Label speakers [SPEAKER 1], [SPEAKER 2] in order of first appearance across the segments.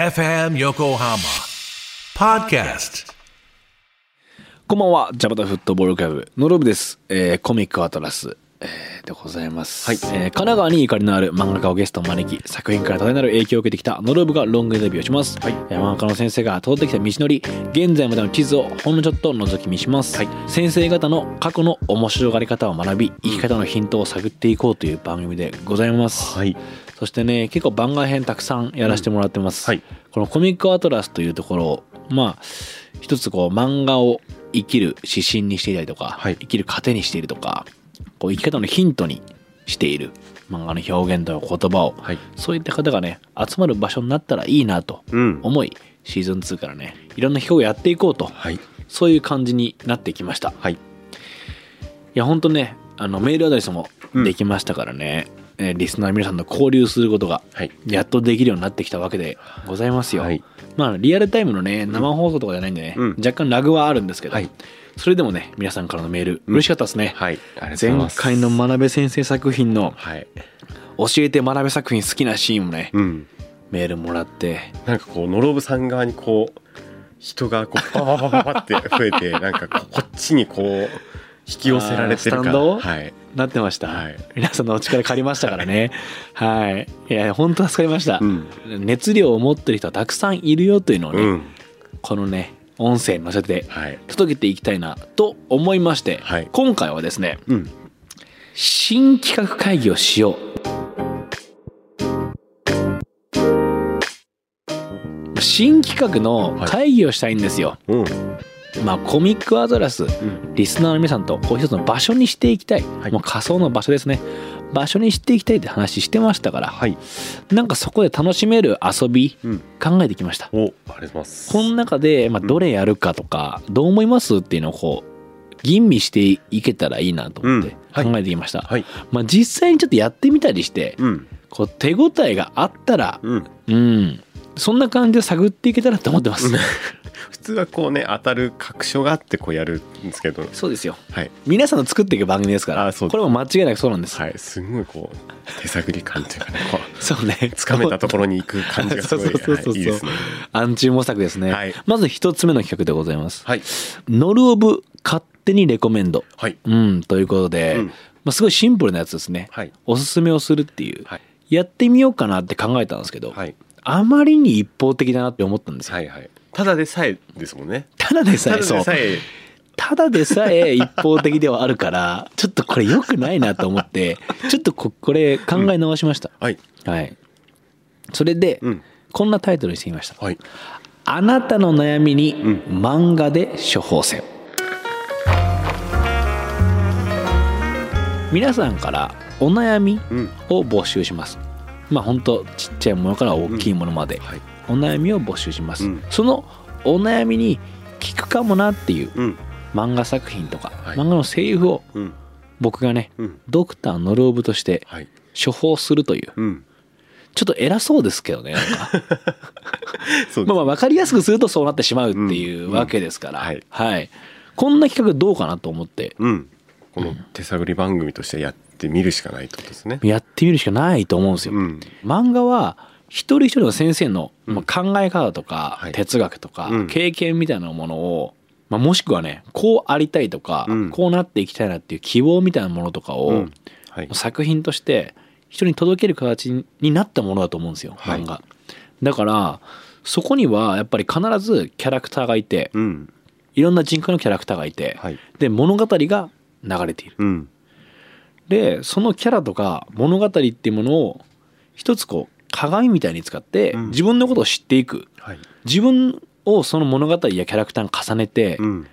[SPEAKER 1] FM Yokohama Podcast.
[SPEAKER 2] こんばんは、ジャパタフットボールクラブのロブです。えーコミックアトラス、えーでございます。はい。えー神奈川にゆかりのある漫画家をゲストに招き、作品から多大なる影響を受けてきたノロブがロングインタビューをします。はい。えー漫画家の先生が通ってきた道のり、現在までの地図をほんのちょっと覗き見します。はい。先生方の過去の面白がり方を学び、生き方のヒントを探っていこうという番組でございます。
[SPEAKER 3] はい。
[SPEAKER 2] そしてね結構番外編たくさんやらせてもらってます、
[SPEAKER 3] うんはい
[SPEAKER 2] このコミックアトラスというところをまあ一つこう漫画を生きる指針にしていたりとか、
[SPEAKER 3] はい
[SPEAKER 2] 生きる糧にしているとかこう生き方のヒントにしている漫画の表現とか言葉を、
[SPEAKER 3] はい
[SPEAKER 2] そういった方がね集まる場所になったらいいなと
[SPEAKER 3] うん。
[SPEAKER 2] 思い、シーズン2からねいろんな表現をやっていこうと、
[SPEAKER 3] はい。
[SPEAKER 2] そういう感じになってきました
[SPEAKER 3] はい。
[SPEAKER 2] いや本当ねあのメールアドレスもできましたからね、えーリスナーの皆さんと交流することが
[SPEAKER 3] はい。
[SPEAKER 2] やっとできるようになってきたわけでございますよ、
[SPEAKER 3] はい
[SPEAKER 2] まあリアルタイムのね生放送とかじゃないんでね、
[SPEAKER 3] うん
[SPEAKER 2] 若干ラグはあるんですけど、
[SPEAKER 3] はい
[SPEAKER 2] それでもね皆さんからのメール嬉しかったですね、
[SPEAKER 3] はい。ありがとうござい
[SPEAKER 2] 前
[SPEAKER 3] ます。
[SPEAKER 2] 回の。真鍋先生作品の
[SPEAKER 3] はい。
[SPEAKER 2] 教えて真鍋作品好きなシーンもね、
[SPEAKER 3] うん。
[SPEAKER 2] メールもらって
[SPEAKER 3] なんかこう、ノロブさん側にこう、人 がこう、パパパパパって増えて、なんかこうこっちにこう、引き寄せられてる
[SPEAKER 2] あースタ
[SPEAKER 3] か
[SPEAKER 2] ンド
[SPEAKER 3] はい。
[SPEAKER 2] なってました、
[SPEAKER 3] はい
[SPEAKER 2] 皆さんのお力借りましたから ねはいいや本当助かりました、
[SPEAKER 3] うん。
[SPEAKER 2] 熱量を持ってる人はたくさんいるよというのをね、
[SPEAKER 3] うん。
[SPEAKER 2] このね音声に乗せて
[SPEAKER 3] はい。
[SPEAKER 2] 届けていきたいなと思いまして、
[SPEAKER 3] はい
[SPEAKER 2] 今回はですね
[SPEAKER 3] うん。
[SPEAKER 2] 新企画会議をしよう新企画の会議をしたいんですよ、
[SPEAKER 3] うん。
[SPEAKER 2] まあコミックアトラス
[SPEAKER 3] うん。
[SPEAKER 2] リスナーの皆さんとこう一つの場所にしていきたい、
[SPEAKER 3] い
[SPEAKER 2] もう仮想の場所ですね場所にしていきたいって話してましたから、
[SPEAKER 3] はい。
[SPEAKER 2] なんかそこで楽しめる遊び
[SPEAKER 3] うん。
[SPEAKER 2] 考えてきました
[SPEAKER 3] お、ありがとうございます。
[SPEAKER 2] この中で、まあ、
[SPEAKER 3] うん
[SPEAKER 2] どれやるかとか、どう思いますっていうのをこう吟味していけたらいいなと思って
[SPEAKER 3] うんはい
[SPEAKER 2] 考えてきました、
[SPEAKER 3] はい。
[SPEAKER 2] まあ、実際にちょっとやってみたりして
[SPEAKER 3] うん。
[SPEAKER 2] こう手応えがあったら
[SPEAKER 3] うん。
[SPEAKER 2] うんそんな感じで探っていけたらと思ってます
[SPEAKER 3] 普通はこうね、当たる確証があってこうやるんですけど、
[SPEAKER 2] そうですよ
[SPEAKER 3] はい。
[SPEAKER 2] 皆さんの作っていく番組ですから
[SPEAKER 3] あそうです
[SPEAKER 2] これも間違いなくそうなんです、
[SPEAKER 3] はい。すごいこう、手探り感というかね、こう、
[SPEAKER 2] そうね
[SPEAKER 3] 掴めたところに行く感じがすごい
[SPEAKER 2] そうそうそうそうそう
[SPEAKER 3] はいいいですね。
[SPEAKER 2] 暗中模索ですね、
[SPEAKER 3] はい
[SPEAKER 2] まず一つ目の企画でございます、
[SPEAKER 3] はい。
[SPEAKER 2] ノルオブ勝手にレコメンド
[SPEAKER 3] はい。
[SPEAKER 2] うんということで、
[SPEAKER 3] うん
[SPEAKER 2] まあ、すごいシンプルなやつですね、
[SPEAKER 3] はい。
[SPEAKER 2] おすすめをするっていう、
[SPEAKER 3] はい。
[SPEAKER 2] やってみようかなって考えたんですけど、
[SPEAKER 3] はい。
[SPEAKER 2] あまりに一方的だなって思ったんですよ、
[SPEAKER 3] はい。はい。ただでさえですもんね。
[SPEAKER 2] ただでさ
[SPEAKER 3] ただ
[SPEAKER 2] えそ
[SPEAKER 3] で
[SPEAKER 2] う
[SPEAKER 3] さえ。
[SPEAKER 2] ただでさえ一方的ではあるからちょっとこれ良くないなと思ってちょっとここれ考え直しました、
[SPEAKER 3] はい。
[SPEAKER 2] はいそれで、
[SPEAKER 3] うん。
[SPEAKER 2] こんなタイトルにしてみました
[SPEAKER 3] はい。
[SPEAKER 2] あなたの悩みに
[SPEAKER 3] ん
[SPEAKER 2] 漫画で処方箋、皆さんからお悩み
[SPEAKER 3] うん。
[SPEAKER 2] を募集しますまあ本当ちっちゃいものから大きいものまで、
[SPEAKER 3] はい。
[SPEAKER 2] お悩みを募集します、
[SPEAKER 3] うん
[SPEAKER 2] そのお悩みに聞くかもなっていう
[SPEAKER 3] うん。
[SPEAKER 2] 漫画作品とか、
[SPEAKER 3] はい
[SPEAKER 2] 漫画のセリフを
[SPEAKER 3] うん。
[SPEAKER 2] 僕がね
[SPEAKER 3] うん。
[SPEAKER 2] ドクターノルオブとして
[SPEAKER 3] はい。
[SPEAKER 2] 処方するという
[SPEAKER 3] うん。
[SPEAKER 2] ちょっと偉そうですけどねなんか
[SPEAKER 3] そう
[SPEAKER 2] ま
[SPEAKER 3] で。
[SPEAKER 2] すあまあ分かりやすくするとそうなってしまうっていううんわけですから、
[SPEAKER 3] うんはい
[SPEAKER 2] こんな企画どうかなと思って
[SPEAKER 3] うん。この手探り番組としてやってみるしかないってことですね。
[SPEAKER 2] やってみるしかないと思うんですよ、
[SPEAKER 3] うん。
[SPEAKER 2] 漫画は一人一人の先生のまあ考え方とか
[SPEAKER 3] はい
[SPEAKER 2] 哲学とか
[SPEAKER 3] うん
[SPEAKER 2] 経験みたいなものを、まあ、もしくはねこうありたいとか
[SPEAKER 3] うん
[SPEAKER 2] こうなっていきたいなっていう希望みたいなものとか
[SPEAKER 3] う
[SPEAKER 2] を
[SPEAKER 3] ん。はい。
[SPEAKER 2] 作品として人に届ける形になったものだと思うんですよ
[SPEAKER 3] はい
[SPEAKER 2] 漫画。だからそこにはやっぱり必ずキャラクターがいて
[SPEAKER 3] うん。
[SPEAKER 2] いろんな人格のキャラクターがいて
[SPEAKER 3] はい。
[SPEAKER 2] で物語が流れている。
[SPEAKER 3] うん。
[SPEAKER 2] でそのキャラとか物語っていうものを一つこう鏡みたいに使って
[SPEAKER 3] うん
[SPEAKER 2] 自分のことを知っていく、
[SPEAKER 3] はい。
[SPEAKER 2] 自分をその物語やキャラクターに重ねて
[SPEAKER 3] うん。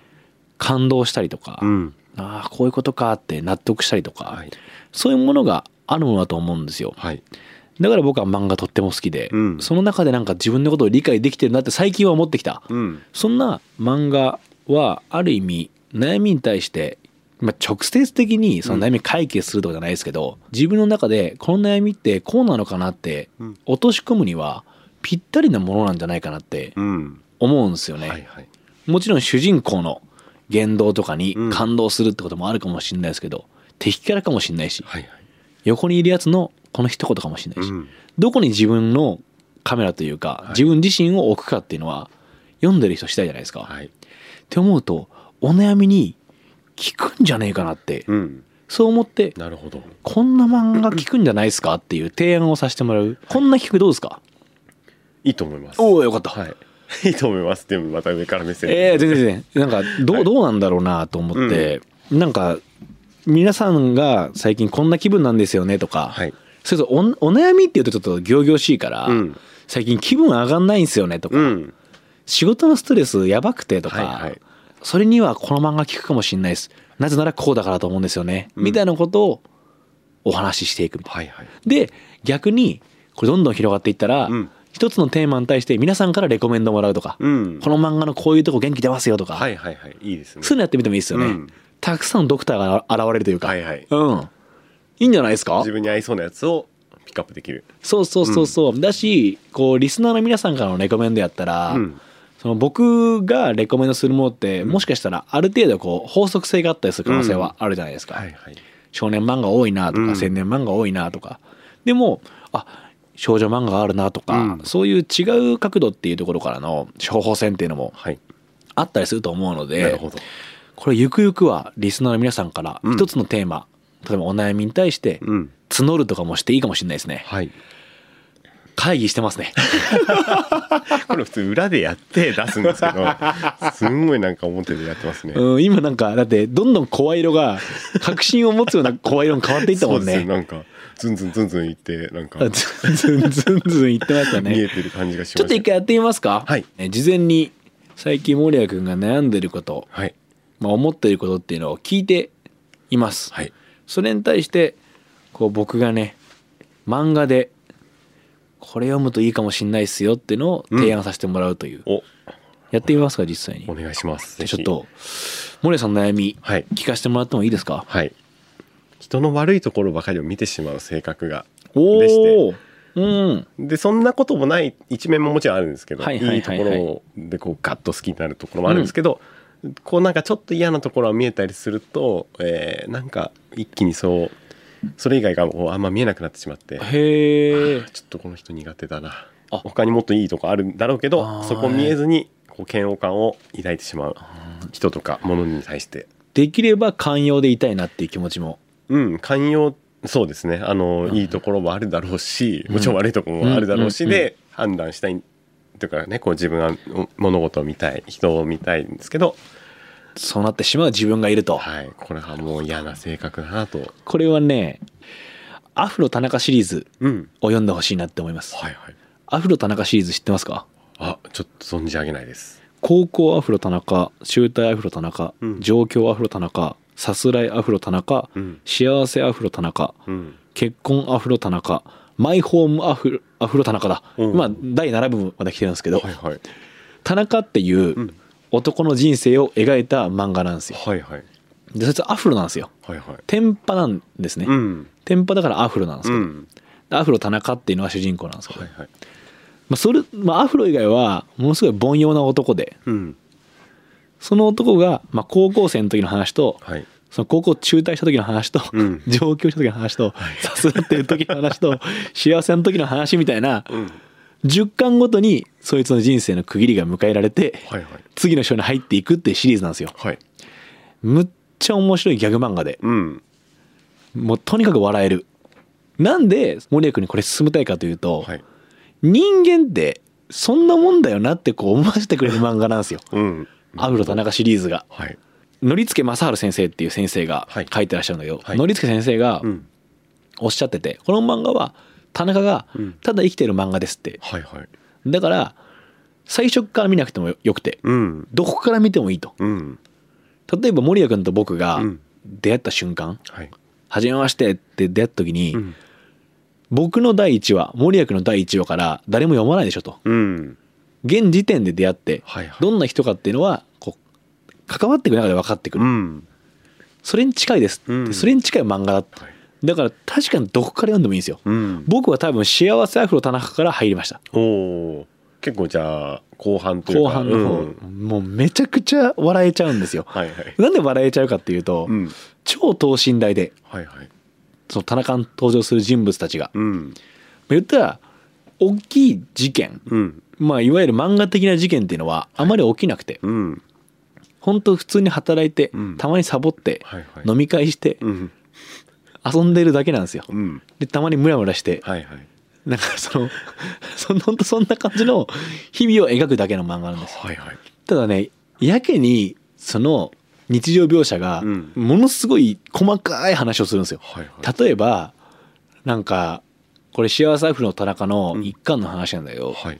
[SPEAKER 2] 感動したりとか、
[SPEAKER 3] うん。
[SPEAKER 2] ああこういうことかって納得したりとか、
[SPEAKER 3] はい。
[SPEAKER 2] そういうものがあるものだと思うんですよ
[SPEAKER 3] はい。
[SPEAKER 2] だから僕は漫画とっても好きで、
[SPEAKER 3] うん
[SPEAKER 2] その中でなんか自分のことを理解できてるなって最近は思ってきた、
[SPEAKER 3] うん。
[SPEAKER 2] そんな漫画はある意味悩みに対して、まあ、直接的にその悩み解決するとかじゃないですけど、自分の中でこの悩みってこうなのかなって
[SPEAKER 3] うん
[SPEAKER 2] 落とし込むにはぴったりなものなんじゃないかなって
[SPEAKER 3] うん。
[SPEAKER 2] 思うんですよね。
[SPEAKER 3] はい。はい。
[SPEAKER 2] もちろん主人公の言動とかに
[SPEAKER 3] うん
[SPEAKER 2] 感動するってこともあるかもしれないですけど、敵キャラかもしれないし
[SPEAKER 3] はい。はい。
[SPEAKER 2] 横にいるやつのこの一言かもしれないし、
[SPEAKER 3] うん。
[SPEAKER 2] どこに自分のカメラというか、
[SPEAKER 3] い
[SPEAKER 2] 自分自身を置くかっていうのは読んでる人次第じゃないですか、
[SPEAKER 3] はい
[SPEAKER 2] って思うとお悩みに効くんじゃねえかなって、
[SPEAKER 3] うん
[SPEAKER 2] そう思って
[SPEAKER 3] なるほど
[SPEAKER 2] こんな漫画効くんじゃないですかっていう提案をさせてもらう、こんな企画どうですか
[SPEAKER 3] いいと思います
[SPEAKER 2] おおよかった、
[SPEAKER 3] はいいいと思いますでもまた上から目線で
[SPEAKER 2] ええ全然全然なんかどうどうなんだろうなと思って、なんか皆さんが最近こんな気分なんですよねとか、
[SPEAKER 3] はい
[SPEAKER 2] それとおお悩みっていうとちょっと仰々しいから、
[SPEAKER 3] うん
[SPEAKER 2] 最近気分上がんないんですよねとか、
[SPEAKER 3] うん
[SPEAKER 2] 仕事のストレスやばくてとか、
[SPEAKER 3] はいはい
[SPEAKER 2] それにはこの漫画聞くかもしれないですなぜならこうだからと思うんですよね、
[SPEAKER 3] うん
[SPEAKER 2] みたいなことをお話ししていくみたいな
[SPEAKER 3] はいはい
[SPEAKER 2] で逆にこれどんどん広がっていったら、
[SPEAKER 3] うん
[SPEAKER 2] 一つのテーマに対して皆さんからレコメンドもらうとか、
[SPEAKER 3] うん
[SPEAKER 2] この漫画のこういうとこ元気出ますよとか、
[SPEAKER 3] はいはいはいいいですね
[SPEAKER 2] そういうのやってみてもいいですよね、
[SPEAKER 3] うん
[SPEAKER 2] たくさんのドクターが現れるというか、
[SPEAKER 3] はいはい
[SPEAKER 2] うんいいんじゃないですか
[SPEAKER 3] 自分に合いそうなやつをピックアップできる
[SPEAKER 2] そうそうそうそう、だしこうリスナーの皆さんからのレコメンドやったら、
[SPEAKER 3] うん
[SPEAKER 2] その僕がレコメンドするものって、もしかしたらある程度こう法則性があったりする可能性はあるじゃないですか、
[SPEAKER 3] はいはい
[SPEAKER 2] 少年漫画多いなとか、
[SPEAKER 3] うん
[SPEAKER 2] 青年漫画多いなとかでもあ少女漫画あるなとか、
[SPEAKER 3] うん
[SPEAKER 2] そういう違う角度っていうところからの処方箋っていうのも
[SPEAKER 3] はい
[SPEAKER 2] あったりすると思うの
[SPEAKER 3] なる
[SPEAKER 2] で
[SPEAKER 3] ほど
[SPEAKER 2] これゆくゆくはリスナーの皆さんから
[SPEAKER 3] うん
[SPEAKER 2] 一つのテーマ、例えばお悩みに対して
[SPEAKER 3] うん
[SPEAKER 2] 募るとかもしていいかもしれないですね
[SPEAKER 3] はい
[SPEAKER 2] 会議してますね
[SPEAKER 3] これ普通裏でやって出すんですけど すんごいなんか表でやってますね
[SPEAKER 2] うん今なんかだってどんどん声色が確信を持つような声色に変わっていったもん
[SPEAKER 3] そうです
[SPEAKER 2] ね
[SPEAKER 3] なんかズンズンズンズンいってなんか
[SPEAKER 2] あ ずんずんずんずん言ってました
[SPEAKER 3] 見
[SPEAKER 2] ね
[SPEAKER 3] えてる感じがしま
[SPEAKER 2] ちょっ
[SPEAKER 3] し
[SPEAKER 2] たと一回やってみますか、
[SPEAKER 3] はい
[SPEAKER 2] え事前に最近守谷君が悩んでること、
[SPEAKER 3] はい
[SPEAKER 2] まあ、思ってることっていうのを聞いています、
[SPEAKER 3] はい
[SPEAKER 2] それに対してこう僕がね漫画でこれ読むといいかもしんないっすよっていうのを提案させてもらうという、
[SPEAKER 3] お
[SPEAKER 2] やってみますか実際に
[SPEAKER 3] お願いしますぜひ
[SPEAKER 2] ちょっと守谷さんの悩み
[SPEAKER 3] はい
[SPEAKER 2] 聞かせてもらってもいいですか
[SPEAKER 3] はい人の悪いところばかりを見てしまう性格が
[SPEAKER 2] お
[SPEAKER 3] でして
[SPEAKER 2] おうん
[SPEAKER 3] でそんなこともない一面ももちろんあるんですけど、
[SPEAKER 2] はい
[SPEAKER 3] い
[SPEAKER 2] はいはいい
[SPEAKER 3] と
[SPEAKER 2] はい
[SPEAKER 3] ころでこうガッと好きになるところもあるんですけど、こうなんかちょっと嫌なところが見えたりすると、えーなんか一気にそうそれ以外がこうあんま見えなくなってしまって
[SPEAKER 2] へえ
[SPEAKER 3] ちょっとこの人苦手だな
[SPEAKER 2] あ
[SPEAKER 3] 他にもっといいとこあるんだろうけ
[SPEAKER 2] あ
[SPEAKER 3] ど
[SPEAKER 2] ー
[SPEAKER 3] そこ見えずにこう嫌悪感を抱いてしまう人とかものに対して
[SPEAKER 2] できれば寛容でいたいなっていう気持ちも
[SPEAKER 3] うん寛容そうですねあの、いいところもあるだろうしもちろん悪いところもあるだろうし、
[SPEAKER 2] うんうんうん
[SPEAKER 3] で判断したいとかねこう自分はお物事を見たい人を見たいんですけど、
[SPEAKER 2] そうなってしまう自分がいると、
[SPEAKER 3] はい、これはもう嫌な性格だなと。
[SPEAKER 2] これはねアフロ田中シリーズ
[SPEAKER 3] うん
[SPEAKER 2] を読んでほしいなって思います
[SPEAKER 3] はいはい
[SPEAKER 2] アフロ田中シリーズ知ってますか
[SPEAKER 3] あちょっと存じ上げないです。
[SPEAKER 2] 高校アフロ田中集大アフロ田中、
[SPEAKER 3] うん
[SPEAKER 2] 上京アフロ田中さすらいアフロ田中、
[SPEAKER 3] うん
[SPEAKER 2] 幸せアフロ田中
[SPEAKER 3] うん
[SPEAKER 2] 結婚アフロ田中マイホームアフロアフロ田中だ、
[SPEAKER 3] うん
[SPEAKER 2] 今第7部まで来てるんですけど、
[SPEAKER 3] はいはい
[SPEAKER 2] 田中っていう、
[SPEAKER 3] ん
[SPEAKER 2] 男の人生を描いた漫画なんですよ
[SPEAKER 3] はいはい
[SPEAKER 2] でそいつアフロなんですよ
[SPEAKER 3] はいはい。
[SPEAKER 2] 天パなんですね、
[SPEAKER 3] うん
[SPEAKER 2] 天パだからアフロなんです
[SPEAKER 3] う
[SPEAKER 2] けど、
[SPEAKER 3] ん
[SPEAKER 2] アフロ田中っていうのが主人公なんですけど、
[SPEAKER 3] はいはい。
[SPEAKER 2] まあ、それ、まあ、アフロ以外はものすごい凡庸な男で
[SPEAKER 3] うん
[SPEAKER 2] その男が、まあ、高校生の時の話と
[SPEAKER 3] はい。
[SPEAKER 2] その高校中退した時の話と、
[SPEAKER 3] うん
[SPEAKER 2] 上京した時の話とさすがってる時の話 と幸せの時の話みたいな、
[SPEAKER 3] うん
[SPEAKER 2] 10巻ごとにそいつの人生の区切りが迎えられて、
[SPEAKER 3] はいはい
[SPEAKER 2] 次の章に入っていくっていうシリーズなんですよ。
[SPEAKER 3] はい。
[SPEAKER 2] むっちゃ面白いギャグ漫画で
[SPEAKER 3] うん
[SPEAKER 2] もうとにかく笑える。なんで森谷君にこれ進めたいかというと、
[SPEAKER 3] はい。
[SPEAKER 2] 人間ってそんなもんだよなってこう思わせてくれる漫画なんですよ。
[SPEAKER 3] うん
[SPEAKER 2] アフロ田中シリーズが。
[SPEAKER 3] はい
[SPEAKER 2] のりつけ正治先生っていう先生が
[SPEAKER 3] はい
[SPEAKER 2] 書いてらっしゃるんだけど、
[SPEAKER 3] はい
[SPEAKER 2] のりつけ先生が
[SPEAKER 3] うん
[SPEAKER 2] おっしゃってて、この漫画は田中が
[SPEAKER 3] うん
[SPEAKER 2] ただ生きてる漫画ですって。
[SPEAKER 3] はいはい。
[SPEAKER 2] だから、最初から見なくてもよくて、
[SPEAKER 3] うん
[SPEAKER 2] どこから見てもいいと。
[SPEAKER 3] うん
[SPEAKER 2] 例えば森谷君と僕が
[SPEAKER 3] うん
[SPEAKER 2] 出会った瞬間、
[SPEAKER 3] はい。
[SPEAKER 2] はじめましてって出会った時に、
[SPEAKER 3] うん
[SPEAKER 2] 僕の第1話、森谷君の第1話から誰も読まないでしょと。
[SPEAKER 3] うん
[SPEAKER 2] 現時点で出会って、
[SPEAKER 3] はいはい
[SPEAKER 2] どんな人かっていうのは、こう、関わっていく中で分かってくる。
[SPEAKER 3] うん
[SPEAKER 2] それに近いですって、
[SPEAKER 3] うん
[SPEAKER 2] それに近い漫画だって。
[SPEAKER 3] はい
[SPEAKER 2] だから確かにどこから読んでもいいんですよ。
[SPEAKER 3] うん
[SPEAKER 2] 僕は多分幸せアフロ田中から入りました。
[SPEAKER 3] おお結構じゃあ後半という
[SPEAKER 2] 後
[SPEAKER 3] か
[SPEAKER 2] 半の方、
[SPEAKER 3] うん
[SPEAKER 2] もうめちゃくちゃ笑えちゃうんですよ。
[SPEAKER 3] はいはい
[SPEAKER 2] なんで笑えちゃうかっていうと、
[SPEAKER 3] うん
[SPEAKER 2] 超等身大で、
[SPEAKER 3] はいはい
[SPEAKER 2] その田中に登場する人物たちが、
[SPEAKER 3] うん
[SPEAKER 2] 言ったら大きい事件、
[SPEAKER 3] うん
[SPEAKER 2] まあ、いわゆる漫画的な事件っていうのはあまり起きなくて、
[SPEAKER 3] うん
[SPEAKER 2] 本当普通に働いて、
[SPEAKER 3] うん
[SPEAKER 2] たまにサボって、
[SPEAKER 3] はいはい
[SPEAKER 2] 飲み会して、
[SPEAKER 3] うん
[SPEAKER 2] 遊んでるだけなんですよ。
[SPEAKER 3] うん
[SPEAKER 2] でたまにムラムラして、
[SPEAKER 3] はいはい
[SPEAKER 2] なんかその そん本当そんな感じの日々を描くだけの漫画なんですよ
[SPEAKER 3] はいはい
[SPEAKER 2] ただねやけにその日常描写が
[SPEAKER 3] うん
[SPEAKER 2] ものすごい細かい話をするんですよ
[SPEAKER 3] はいはい
[SPEAKER 2] 例えばなんかこれ「幸せ夫婦の田中」の一巻の話なんだけど、
[SPEAKER 3] はい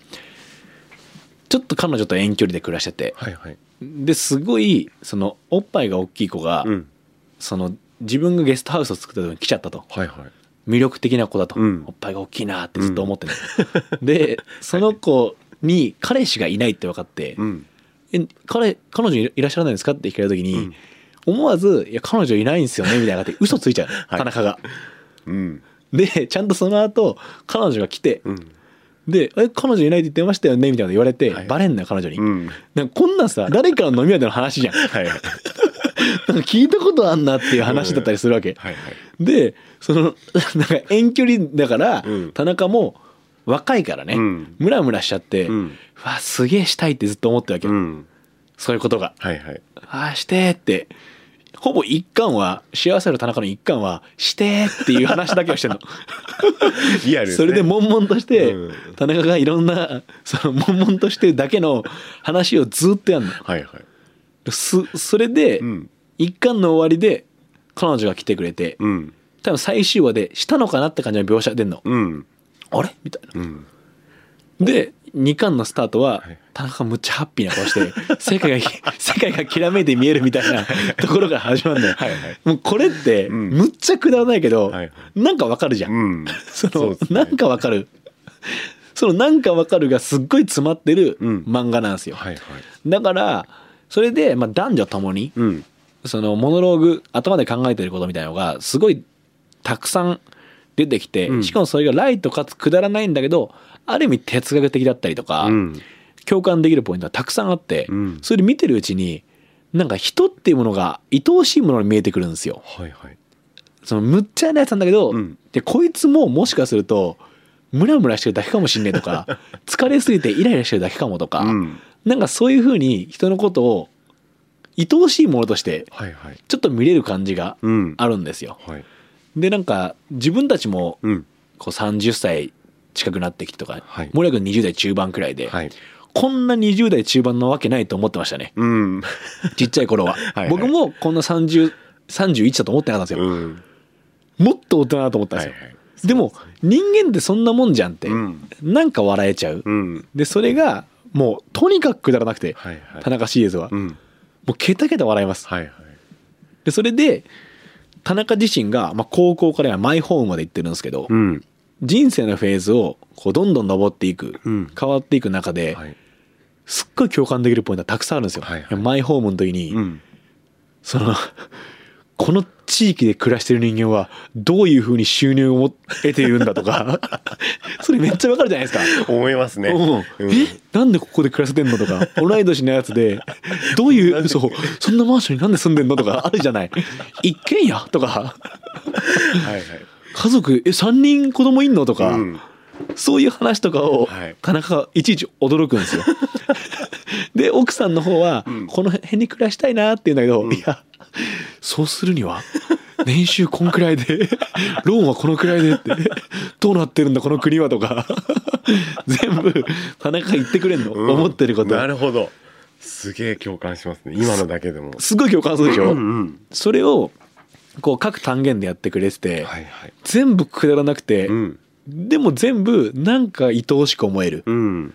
[SPEAKER 2] ちょっと彼女と遠距離で暮らしてて
[SPEAKER 3] はいはい
[SPEAKER 2] ですごいそのおっぱいが大きい子が、
[SPEAKER 3] うん
[SPEAKER 2] その自分がゲストハウスを作った時に来ちゃったと
[SPEAKER 3] はいはい
[SPEAKER 2] 魅力的な子だと、
[SPEAKER 3] うん
[SPEAKER 2] おっぱいが大きいなってずっと思ってる、でその子に彼氏がいないって分かって「
[SPEAKER 3] うん
[SPEAKER 2] え彼彼女いらっしゃらないんですか?」って聞かれた時に、
[SPEAKER 3] うん
[SPEAKER 2] 思わず「いや彼女いないんですよね」みたいな感じで 嘘ついちゃう、
[SPEAKER 3] い
[SPEAKER 2] 田中が。
[SPEAKER 3] うん
[SPEAKER 2] でちゃんとその後彼女が来て
[SPEAKER 3] うん
[SPEAKER 2] で「え彼女いないって言ってましたよね」みたいなこと言われて、
[SPEAKER 3] はい
[SPEAKER 2] バレんのよ彼女に、
[SPEAKER 3] うん
[SPEAKER 2] なんかこんなんさ誰かの飲み屋での話じゃん なんか
[SPEAKER 3] はいはい
[SPEAKER 2] 聞いたことあんなっていう話だったりするわけ、
[SPEAKER 3] はいはい
[SPEAKER 2] でそのなんか遠距離だから、
[SPEAKER 3] うん
[SPEAKER 2] 田中も若いからね、
[SPEAKER 3] うん
[SPEAKER 2] ムラムラしちゃって、
[SPEAKER 3] うん
[SPEAKER 2] わすげえしたいってずっと思ってるわけ、
[SPEAKER 3] うん
[SPEAKER 2] そういうことが
[SPEAKER 3] はいはい
[SPEAKER 2] ああしてーってほぼ一巻は幸せの田中の一巻はしてーっていう話だけを してるの
[SPEAKER 3] リアルです
[SPEAKER 2] そ
[SPEAKER 3] ね
[SPEAKER 2] れで悶々として、
[SPEAKER 3] うん
[SPEAKER 2] 田中がいろんなその悶々としてるだけの話をずっとやるの
[SPEAKER 3] はいはい
[SPEAKER 2] すそれで、
[SPEAKER 3] うん
[SPEAKER 2] 一巻の終わりで彼女が来てくれて、
[SPEAKER 3] うん
[SPEAKER 2] 多分最終話でしたのかなって感じの描写が出んの、
[SPEAKER 3] うん
[SPEAKER 2] あれみたいな
[SPEAKER 3] うん
[SPEAKER 2] で2巻のスタートは
[SPEAKER 3] はい
[SPEAKER 2] 田中むっちゃハッピーな顔して世界が世界がきらめいて見えるみたいなところから始まるんだよ
[SPEAKER 3] はいはい
[SPEAKER 2] もうこれって
[SPEAKER 3] ん
[SPEAKER 2] むっちゃくだらないけど、
[SPEAKER 3] はいは
[SPEAKER 2] なんかわかるじゃん、
[SPEAKER 3] うん
[SPEAKER 2] そ
[SPEAKER 3] そう
[SPEAKER 2] の
[SPEAKER 3] です
[SPEAKER 2] な
[SPEAKER 3] ね
[SPEAKER 2] んかわかるそのなんかわかるがすっごい詰まってる
[SPEAKER 3] うん
[SPEAKER 2] 漫画なんですよ、
[SPEAKER 3] はいはい
[SPEAKER 2] だからそれでまあ男女ともに
[SPEAKER 3] うん
[SPEAKER 2] そのモノローグ頭で考えてることみたいなのがすごいたくさん出てきて、
[SPEAKER 3] うん
[SPEAKER 2] しかもそれがライトかつくだらないんだけどある意味哲学的だったりとか、
[SPEAKER 3] うん
[SPEAKER 2] 共感できるポイントがたくさんあって、
[SPEAKER 3] うん
[SPEAKER 2] それ見てるうちになんか人っていうものが愛おしいものに見えてくるんですよ。
[SPEAKER 3] はいはい
[SPEAKER 2] そのむっちゃなやつなんだけど、
[SPEAKER 3] うん
[SPEAKER 2] でこいつももしかするとムラムラしてるだけかもしんねえとか 疲れすぎてイライラしてるだけかもとか、
[SPEAKER 3] うん
[SPEAKER 2] なんかそういうふうに人のことを愛おしいものとして
[SPEAKER 3] はいはい
[SPEAKER 2] ちょっと見れる感じが
[SPEAKER 3] うん
[SPEAKER 2] あるんですよ。
[SPEAKER 3] はい
[SPEAKER 2] でなんか自分たちも
[SPEAKER 3] うん
[SPEAKER 2] こう30歳近くなってきてとか、
[SPEAKER 3] はい
[SPEAKER 2] 森谷君20代中盤くらいで、
[SPEAKER 3] はい
[SPEAKER 2] こんな20代中盤なわけないと思ってましたね
[SPEAKER 3] うん
[SPEAKER 2] ちっちゃい頃は
[SPEAKER 3] はい
[SPEAKER 2] 僕もこんな3031だと思ってなかったんですよ、
[SPEAKER 3] うん
[SPEAKER 2] もっと大人だと思ったんですよ、
[SPEAKER 3] はいはい
[SPEAKER 2] でも人間ってそんなもんじゃんって、
[SPEAKER 3] うん
[SPEAKER 2] なんか笑えちゃう、
[SPEAKER 3] うん
[SPEAKER 2] でそれがもうとにかくくだらなくて、
[SPEAKER 3] はいはい
[SPEAKER 2] 田中シリーズは、
[SPEAKER 3] うん
[SPEAKER 2] もうケタケタ笑います
[SPEAKER 3] はいはい
[SPEAKER 2] でそれで田中自身が、まあ、高校から今マイホームまで行ってるんですけど、
[SPEAKER 3] うん
[SPEAKER 2] 人生のフェーズをこうどんどん登っていく、
[SPEAKER 3] うん
[SPEAKER 2] 変わっていく中で、
[SPEAKER 3] はい
[SPEAKER 2] すっごい共感できるポイントがたくさんあるんですよ。
[SPEAKER 3] はいは
[SPEAKER 2] い
[SPEAKER 3] い
[SPEAKER 2] やマイホームの時に、
[SPEAKER 3] うん
[SPEAKER 2] そのこの地域で暮らしてる人間はどういうふうに収入を得ているんだと かそれめっちゃわかるじゃないですか。
[SPEAKER 3] 思いますね
[SPEAKER 2] うん
[SPEAKER 3] うん
[SPEAKER 2] えなんでここで暮らせてんのとか同い年のやつでど ういうそうそんなマンションになんで住んでんのとかあるじゃない一軒家とか
[SPEAKER 3] はいはい
[SPEAKER 2] 家族え3人子供いんのとか、
[SPEAKER 3] うん
[SPEAKER 2] そういう話とかを
[SPEAKER 3] はい
[SPEAKER 2] 田中がいちいち驚くん ですよ。で奥さんの方は
[SPEAKER 3] ん
[SPEAKER 2] この辺に暮らしたいなって言うんだけど、いやそうするには年収こんくらい でローンはこのくらいでってどうなってるんだこの国はとか全部田中が言ってくれんの、
[SPEAKER 3] うん
[SPEAKER 2] 思ってること
[SPEAKER 3] なるほどすげえ共感しますね今のだけでも
[SPEAKER 2] すごい共感するでしょ、
[SPEAKER 3] うん
[SPEAKER 2] それをこう各単元でやってくれてて、
[SPEAKER 3] はいはい
[SPEAKER 2] 全部くだらなくて、
[SPEAKER 3] うん
[SPEAKER 2] でも全部なんか愛おしく思える。
[SPEAKER 3] うん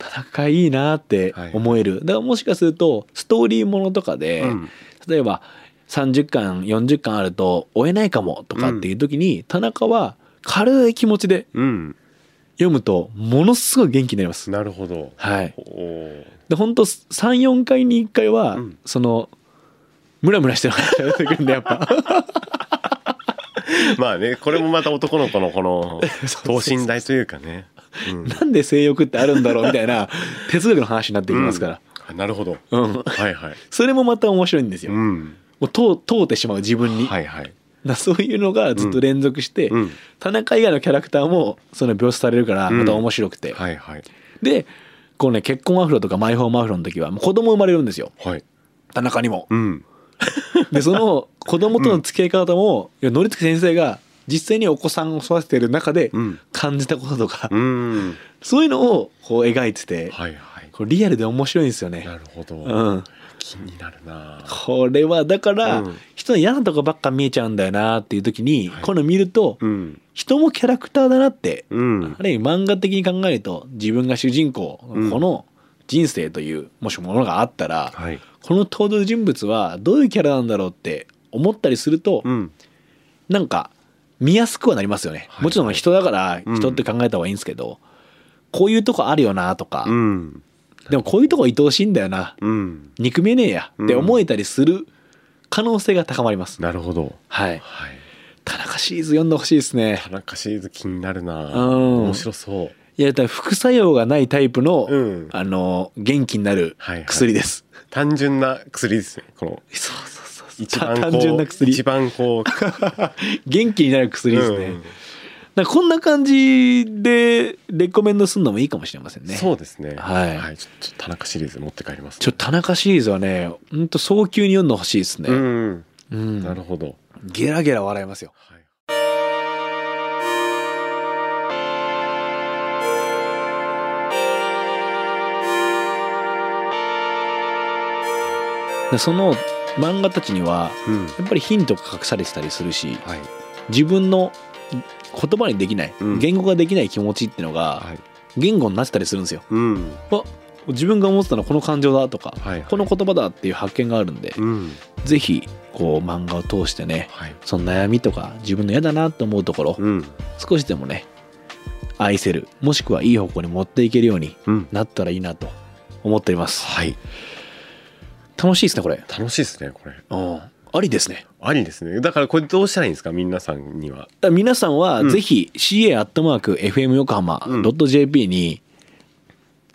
[SPEAKER 2] 戦いいいなって思える、だからもしかするとストーリーものとかで、
[SPEAKER 3] うん
[SPEAKER 2] 例えば30巻40巻あると追えないかもとかっていう時に、田中は軽い気持ちで
[SPEAKER 3] うん
[SPEAKER 2] 読むとものすごい元気になります。
[SPEAKER 3] なるほど
[SPEAKER 2] はい、
[SPEAKER 3] おー
[SPEAKER 2] で本当34回に1回は、
[SPEAKER 3] うん
[SPEAKER 2] そのムラムラしてる話が出てくるんでやっ ぱ
[SPEAKER 3] まあねこれもまた男の子のこの
[SPEAKER 2] そ
[SPEAKER 3] 等
[SPEAKER 2] うそう
[SPEAKER 3] 身大というかねうん
[SPEAKER 2] なんで性欲ってあるんだろうみたい な哲学の話になってきますから、
[SPEAKER 3] うんあなるほど
[SPEAKER 2] うん
[SPEAKER 3] はいはい
[SPEAKER 2] それもまた面白いんですよ。
[SPEAKER 3] うん
[SPEAKER 2] もう問う問うてしまう自分に、
[SPEAKER 3] はいはい
[SPEAKER 2] だそういうのがずっと連続して、
[SPEAKER 3] うん
[SPEAKER 2] 田中以外のキャラクターもその描写されるから
[SPEAKER 3] うん
[SPEAKER 2] また面白くて、
[SPEAKER 3] はいはい
[SPEAKER 2] でこのね結婚アフロとかマイホームアフロの時はもう子供生まれるんですよ
[SPEAKER 3] はい
[SPEAKER 2] 田中に も
[SPEAKER 3] うん
[SPEAKER 2] でその子供との付き合い方も、いやのりつき先生が実際にお子さんを育ててる中で
[SPEAKER 3] うん
[SPEAKER 2] 感じたこととか、
[SPEAKER 3] うん
[SPEAKER 2] そういうのをこう描いてて、
[SPEAKER 3] はいはい
[SPEAKER 2] これリアルで面白いんですよね
[SPEAKER 3] なるほど、
[SPEAKER 2] うん
[SPEAKER 3] 気になるな
[SPEAKER 2] これはだから、
[SPEAKER 3] うん
[SPEAKER 2] 人の嫌なとこばっか見えちゃうんだよなっていう時に、
[SPEAKER 3] はい
[SPEAKER 2] この見ると、
[SPEAKER 3] うん
[SPEAKER 2] 人もキャラクターだなって、
[SPEAKER 3] うん
[SPEAKER 2] ある意味漫画的に考えると自分が主人公、
[SPEAKER 3] うん
[SPEAKER 2] この人生というもしものがあったら、
[SPEAKER 3] はい
[SPEAKER 2] この登場人物はどういうキャラなんだろうって思ったりすると、
[SPEAKER 3] うん
[SPEAKER 2] なんか見やすくはなりますよね、
[SPEAKER 3] はい
[SPEAKER 2] もちろん人だから
[SPEAKER 3] うん
[SPEAKER 2] 人って考えた方がいいんですけど、こういうとこあるよなとか、
[SPEAKER 3] うん
[SPEAKER 2] でもこういうとこ愛おしいんだよな
[SPEAKER 3] うん
[SPEAKER 2] 憎めねえやって思えたりする可能性が高まります、
[SPEAKER 3] なるほど
[SPEAKER 2] はい
[SPEAKER 3] はい
[SPEAKER 2] 田中シリーズ読んでほしいですね
[SPEAKER 3] 田中シリーズ気になるな
[SPEAKER 2] うん
[SPEAKER 3] 面白そう
[SPEAKER 2] いやだから副作用がないタイプの、
[SPEAKER 3] うん
[SPEAKER 2] あの元気になる
[SPEAKER 3] はいはい
[SPEAKER 2] 薬です、
[SPEAKER 3] 単純な薬ですねこの
[SPEAKER 2] そうそうそうそう
[SPEAKER 3] 一
[SPEAKER 2] た
[SPEAKER 3] 番こう
[SPEAKER 2] 単純な 薬
[SPEAKER 3] 一番こう
[SPEAKER 2] 元気になる薬ですね、
[SPEAKER 3] うん
[SPEAKER 2] なんかこんな感じでレコメンドするのもいいかもしれませんね
[SPEAKER 3] そうですね
[SPEAKER 2] はい
[SPEAKER 3] ちょっと田中シリーズ持って帰ります
[SPEAKER 2] ちょっと田中シリーズはねほんと早急に読んでほしいですね、
[SPEAKER 3] うん
[SPEAKER 2] うん
[SPEAKER 3] なるほど
[SPEAKER 2] ゲラゲラ笑いますよ
[SPEAKER 3] はい
[SPEAKER 2] でその漫画たちには
[SPEAKER 3] う
[SPEAKER 2] や
[SPEAKER 3] ん
[SPEAKER 2] っぱりヒントが隠されてたりするし
[SPEAKER 3] はい
[SPEAKER 2] 自分の言葉にできない、
[SPEAKER 3] うん
[SPEAKER 2] 言語ができない気持ちってのが
[SPEAKER 3] はい
[SPEAKER 2] 言語になってたりするんですよ
[SPEAKER 3] うん
[SPEAKER 2] 自分が思ってたのはこの感情だとか、
[SPEAKER 3] はい
[SPEAKER 2] この言葉だっていう発見があるんで、
[SPEAKER 3] うん
[SPEAKER 2] ぜひこう漫画を通してね
[SPEAKER 3] はい
[SPEAKER 2] その悩みとか自分の嫌だなと思うところ、
[SPEAKER 3] うん
[SPEAKER 2] 少しでもね愛せるもしくはいい方向に持っていけるように
[SPEAKER 3] うん
[SPEAKER 2] なったらいいなと思っています
[SPEAKER 3] はい
[SPEAKER 2] 楽しいですねこれ
[SPEAKER 3] 楽しいですねこれ
[SPEAKER 2] うんありですね
[SPEAKER 3] ありですねだからこれどうしたらいいんですか皆さんには
[SPEAKER 2] だから皆さんは
[SPEAKER 3] うん
[SPEAKER 2] ぜひ ca.fm 横浜 .jp に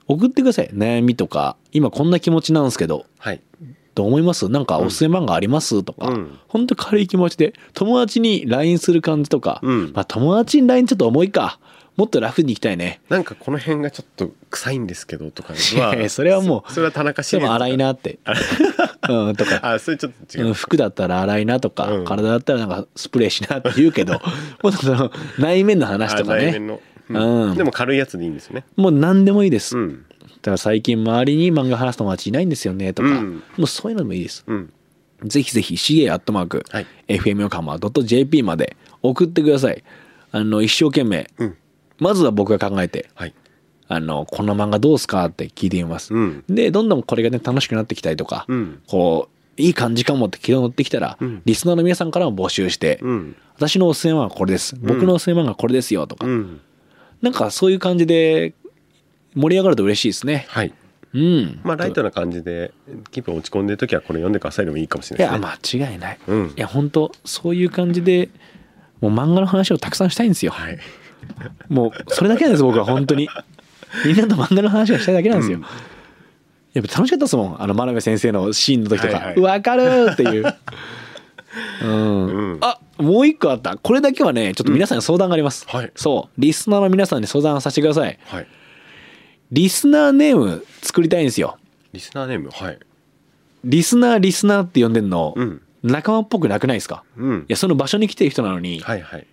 [SPEAKER 2] 送ってください悩みとか今こんな気持ちなんですけど
[SPEAKER 3] はい
[SPEAKER 2] どう思いますなんかおすすめ漫画ありますとか、
[SPEAKER 3] うん
[SPEAKER 2] ほんと軽い気持ちで友達に LINE する感じとか、
[SPEAKER 3] うん
[SPEAKER 2] まあ、友達に LINE ちょっと重いかもっとラフにいきたいね
[SPEAKER 3] なんかこの辺がちょっと臭いんですけどとか
[SPEAKER 2] い やいやそれはもう
[SPEAKER 3] それは田中シ
[SPEAKER 2] で
[SPEAKER 3] リーズ
[SPEAKER 2] も荒いなってうんとか
[SPEAKER 3] あそれちょっと違
[SPEAKER 2] うん
[SPEAKER 3] う
[SPEAKER 2] 服だったら洗いなとか、
[SPEAKER 3] うん
[SPEAKER 2] 体だったらなんかスプレーしなって言う けどもっとその内面の話
[SPEAKER 3] あ
[SPEAKER 2] とか
[SPEAKER 3] 内
[SPEAKER 2] ね
[SPEAKER 3] 面の
[SPEAKER 2] うん
[SPEAKER 3] でも軽いやつでいいんですね
[SPEAKER 2] もう何でもいいです、
[SPEAKER 3] うん
[SPEAKER 2] だから最近周りに漫画話す友達いないんですよねとか、
[SPEAKER 3] うん
[SPEAKER 2] もうそういうのもいいです
[SPEAKER 3] うん
[SPEAKER 2] ぜひぜひ CA アットマーク
[SPEAKER 3] はい
[SPEAKER 2] FM 横浜 .jp まで送ってくださいあの一生懸命、
[SPEAKER 3] うん
[SPEAKER 2] まずは僕が考えて
[SPEAKER 3] はい
[SPEAKER 2] あのこの漫画どうすかって聞いてみます、
[SPEAKER 3] うん
[SPEAKER 2] でどんどんこれがね楽しくなってきたりとか、
[SPEAKER 3] うん
[SPEAKER 2] こういい感じかもって気が乗ってきたら、
[SPEAKER 3] うん
[SPEAKER 2] リスナーの皆さんからも募集して、
[SPEAKER 3] うん
[SPEAKER 2] 私のおすすめ漫画はこれです僕のおすすめ漫画はこれですよとか、
[SPEAKER 3] うん
[SPEAKER 2] なんかそういう感じで盛り上がると嬉しいですね
[SPEAKER 3] はい
[SPEAKER 2] うん
[SPEAKER 3] まあライトな感じで気分落ち込んでる時はこれ読んでくださいでもいいかもしれ
[SPEAKER 2] い
[SPEAKER 3] ない
[SPEAKER 2] や
[SPEAKER 3] ですね
[SPEAKER 2] 間違いない、
[SPEAKER 3] うん
[SPEAKER 2] いや本当そういう感じでもう漫画の話をたくさんしたいんですよ、
[SPEAKER 3] はい
[SPEAKER 2] もうそれだけなんです僕は本当 にみんなと漫画の話がしたいだけなんですよ、やっぱ楽しかったですもんあの真鍋先生のシーンの時とか「わ、
[SPEAKER 3] はいはい
[SPEAKER 2] かる!」って いう、うん
[SPEAKER 3] うん
[SPEAKER 2] あもう一個あったこれだけはねちょっと皆さんに相談があります、
[SPEAKER 3] はい
[SPEAKER 2] そうリスナーの皆さんに相談させてください
[SPEAKER 3] はい
[SPEAKER 2] リスナーネーム作りたいんですよ
[SPEAKER 3] リスナーネームはい
[SPEAKER 2] リスナーリスナーって呼んでんの、
[SPEAKER 3] うん
[SPEAKER 2] 仲間っぽくなくないですか
[SPEAKER 3] うん
[SPEAKER 2] いやその場所に来てる人なのに、
[SPEAKER 3] はいはい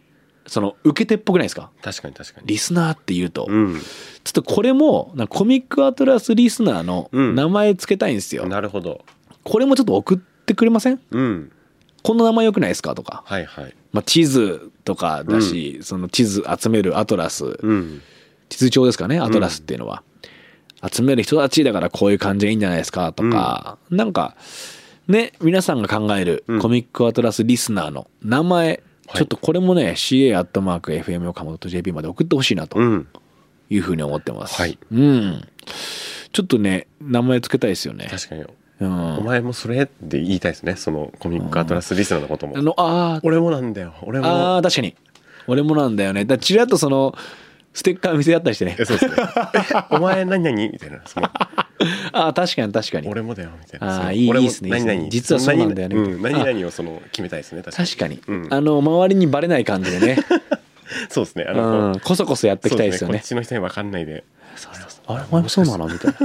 [SPEAKER 2] その受け手っぽくないですか
[SPEAKER 3] 確かに確かに
[SPEAKER 2] リスナーって言うと、
[SPEAKER 3] うん
[SPEAKER 2] ちょっとこれもなんかコミックアトラスリスナーの
[SPEAKER 3] うん
[SPEAKER 2] 名前つけたいんですよ、
[SPEAKER 3] なるほど
[SPEAKER 2] これもちょっと送ってくれません
[SPEAKER 3] うん
[SPEAKER 2] この名前良くないですかとか、
[SPEAKER 3] はいはい
[SPEAKER 2] まあ、地図とかだし、その地図集めるアトラス、
[SPEAKER 3] うん
[SPEAKER 2] 地図帳ですかねアトラスっていうのは、集める人たちだからこういう感じがいいんじゃないですかとか、なんかね皆さんが考える
[SPEAKER 3] うん
[SPEAKER 2] コミックアトラスリスナーの名前、
[SPEAKER 3] はい
[SPEAKER 2] ちょっとこれもね ca.fm 岡本 .jp まで送ってほしいなと
[SPEAKER 3] うん
[SPEAKER 2] いうふうに思ってます、
[SPEAKER 3] はい
[SPEAKER 2] うんちょっとね名前つけたいですよね
[SPEAKER 3] 確かに
[SPEAKER 2] うん
[SPEAKER 3] お前もそれって言いたいですねそのコミックアトラスリスナーのことも
[SPEAKER 2] あのあー
[SPEAKER 3] 俺もなんだよ俺も
[SPEAKER 2] あー確かに俺もなんだよねだからちらっとそのステッカー見せ合ったりしてね
[SPEAKER 3] えそうですねえお前何何みたいなその
[SPEAKER 2] ああ確かに確かに
[SPEAKER 3] 俺もだよみたい
[SPEAKER 2] あー
[SPEAKER 3] な。
[SPEAKER 2] いい
[SPEAKER 3] 俺も
[SPEAKER 2] いいっすねい
[SPEAKER 3] 何
[SPEAKER 2] いっすね実
[SPEAKER 3] 々
[SPEAKER 2] はそうなんだよね
[SPEAKER 3] 何々うん
[SPEAKER 2] みたいな
[SPEAKER 3] 何々をその決めたいですね。確かに。
[SPEAKER 2] 確かに、
[SPEAKER 3] うん
[SPEAKER 2] あの周りにバレない感じでね、
[SPEAKER 3] そうですね。あの、
[SPEAKER 2] うん、こそこそやっていきたいですよ
[SPEAKER 3] そう
[SPEAKER 2] ね
[SPEAKER 3] こっちの人に分かんないで。
[SPEAKER 2] そうそうそうあれお前もそうなのみたいな確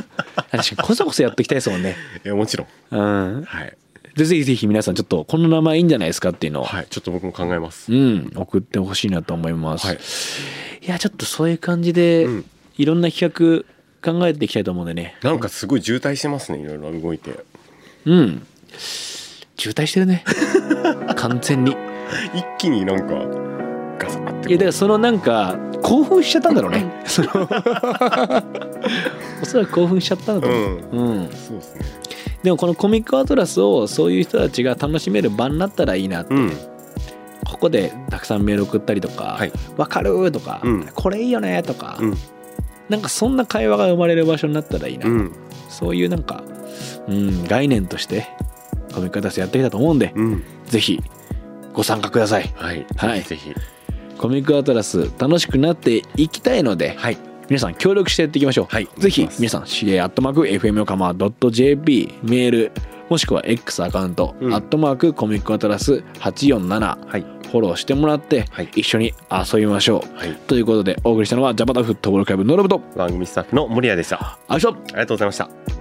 [SPEAKER 2] かにこそこそやっていきたいですもんね
[SPEAKER 3] いやもちろん。
[SPEAKER 2] うん
[SPEAKER 3] はい。
[SPEAKER 2] でぜひぜひ皆さんちょっとこの名前いいんじゃないですかっていうのを、
[SPEAKER 3] はい。ちょっと僕も考えます。
[SPEAKER 2] うん送ってほしいなと思います、
[SPEAKER 3] はい。
[SPEAKER 2] いやちょっとそういう感じで、
[SPEAKER 3] うん
[SPEAKER 2] いろんな企画考えていきたいと思うんでね
[SPEAKER 3] なんかすごい渋滞してますね。いろいろ動いて。
[SPEAKER 2] うん渋滞してる ね完全にい
[SPEAKER 3] 一気になんかガサッてこう。
[SPEAKER 2] やだからそのなんか興奮しちゃったんだろう ねそのおそらく興奮しちゃったんだと思
[SPEAKER 3] うん。
[SPEAKER 2] う、うん、
[SPEAKER 3] そうですね。
[SPEAKER 2] でもこのコミックアトラスをそういう人たちが楽しめる場になったらいいなって、
[SPEAKER 3] うん。
[SPEAKER 2] ここでたくさんメール送ったりとか「わ、
[SPEAKER 3] はい
[SPEAKER 2] かる」とか、
[SPEAKER 3] うん
[SPEAKER 2] これいいよね」とか、
[SPEAKER 3] うん。
[SPEAKER 2] なんかそんな会話が生まれる場所になったらいいな、
[SPEAKER 3] うん。
[SPEAKER 2] そういうなんか、うん、概念としてコミックアトラスやってきたと思うんで、
[SPEAKER 3] うん。
[SPEAKER 2] ぜひご参加ください
[SPEAKER 3] はい。
[SPEAKER 2] はい
[SPEAKER 3] ぜひ。
[SPEAKER 2] コミックアトラス楽しくなっていきたいので、
[SPEAKER 3] はい。
[SPEAKER 2] 皆さん協力してやっていきましょう。
[SPEAKER 3] はい
[SPEAKER 2] ぜひ
[SPEAKER 3] お願いします
[SPEAKER 2] 皆さん CA アットマーク FM 横浜 .jp メールもしくは X アカウント、
[SPEAKER 3] うん
[SPEAKER 2] アットマークコミックアトラス847
[SPEAKER 3] はい。
[SPEAKER 2] フォローしてもらって、
[SPEAKER 3] はい
[SPEAKER 2] 一緒に遊びましょう。
[SPEAKER 3] はい。
[SPEAKER 2] ということでお送りしたのはジャパタフットボールクラブのロブと
[SPEAKER 3] 番組スタッフの森谷でした。あ
[SPEAKER 2] あいしょ
[SPEAKER 3] りがとうございました。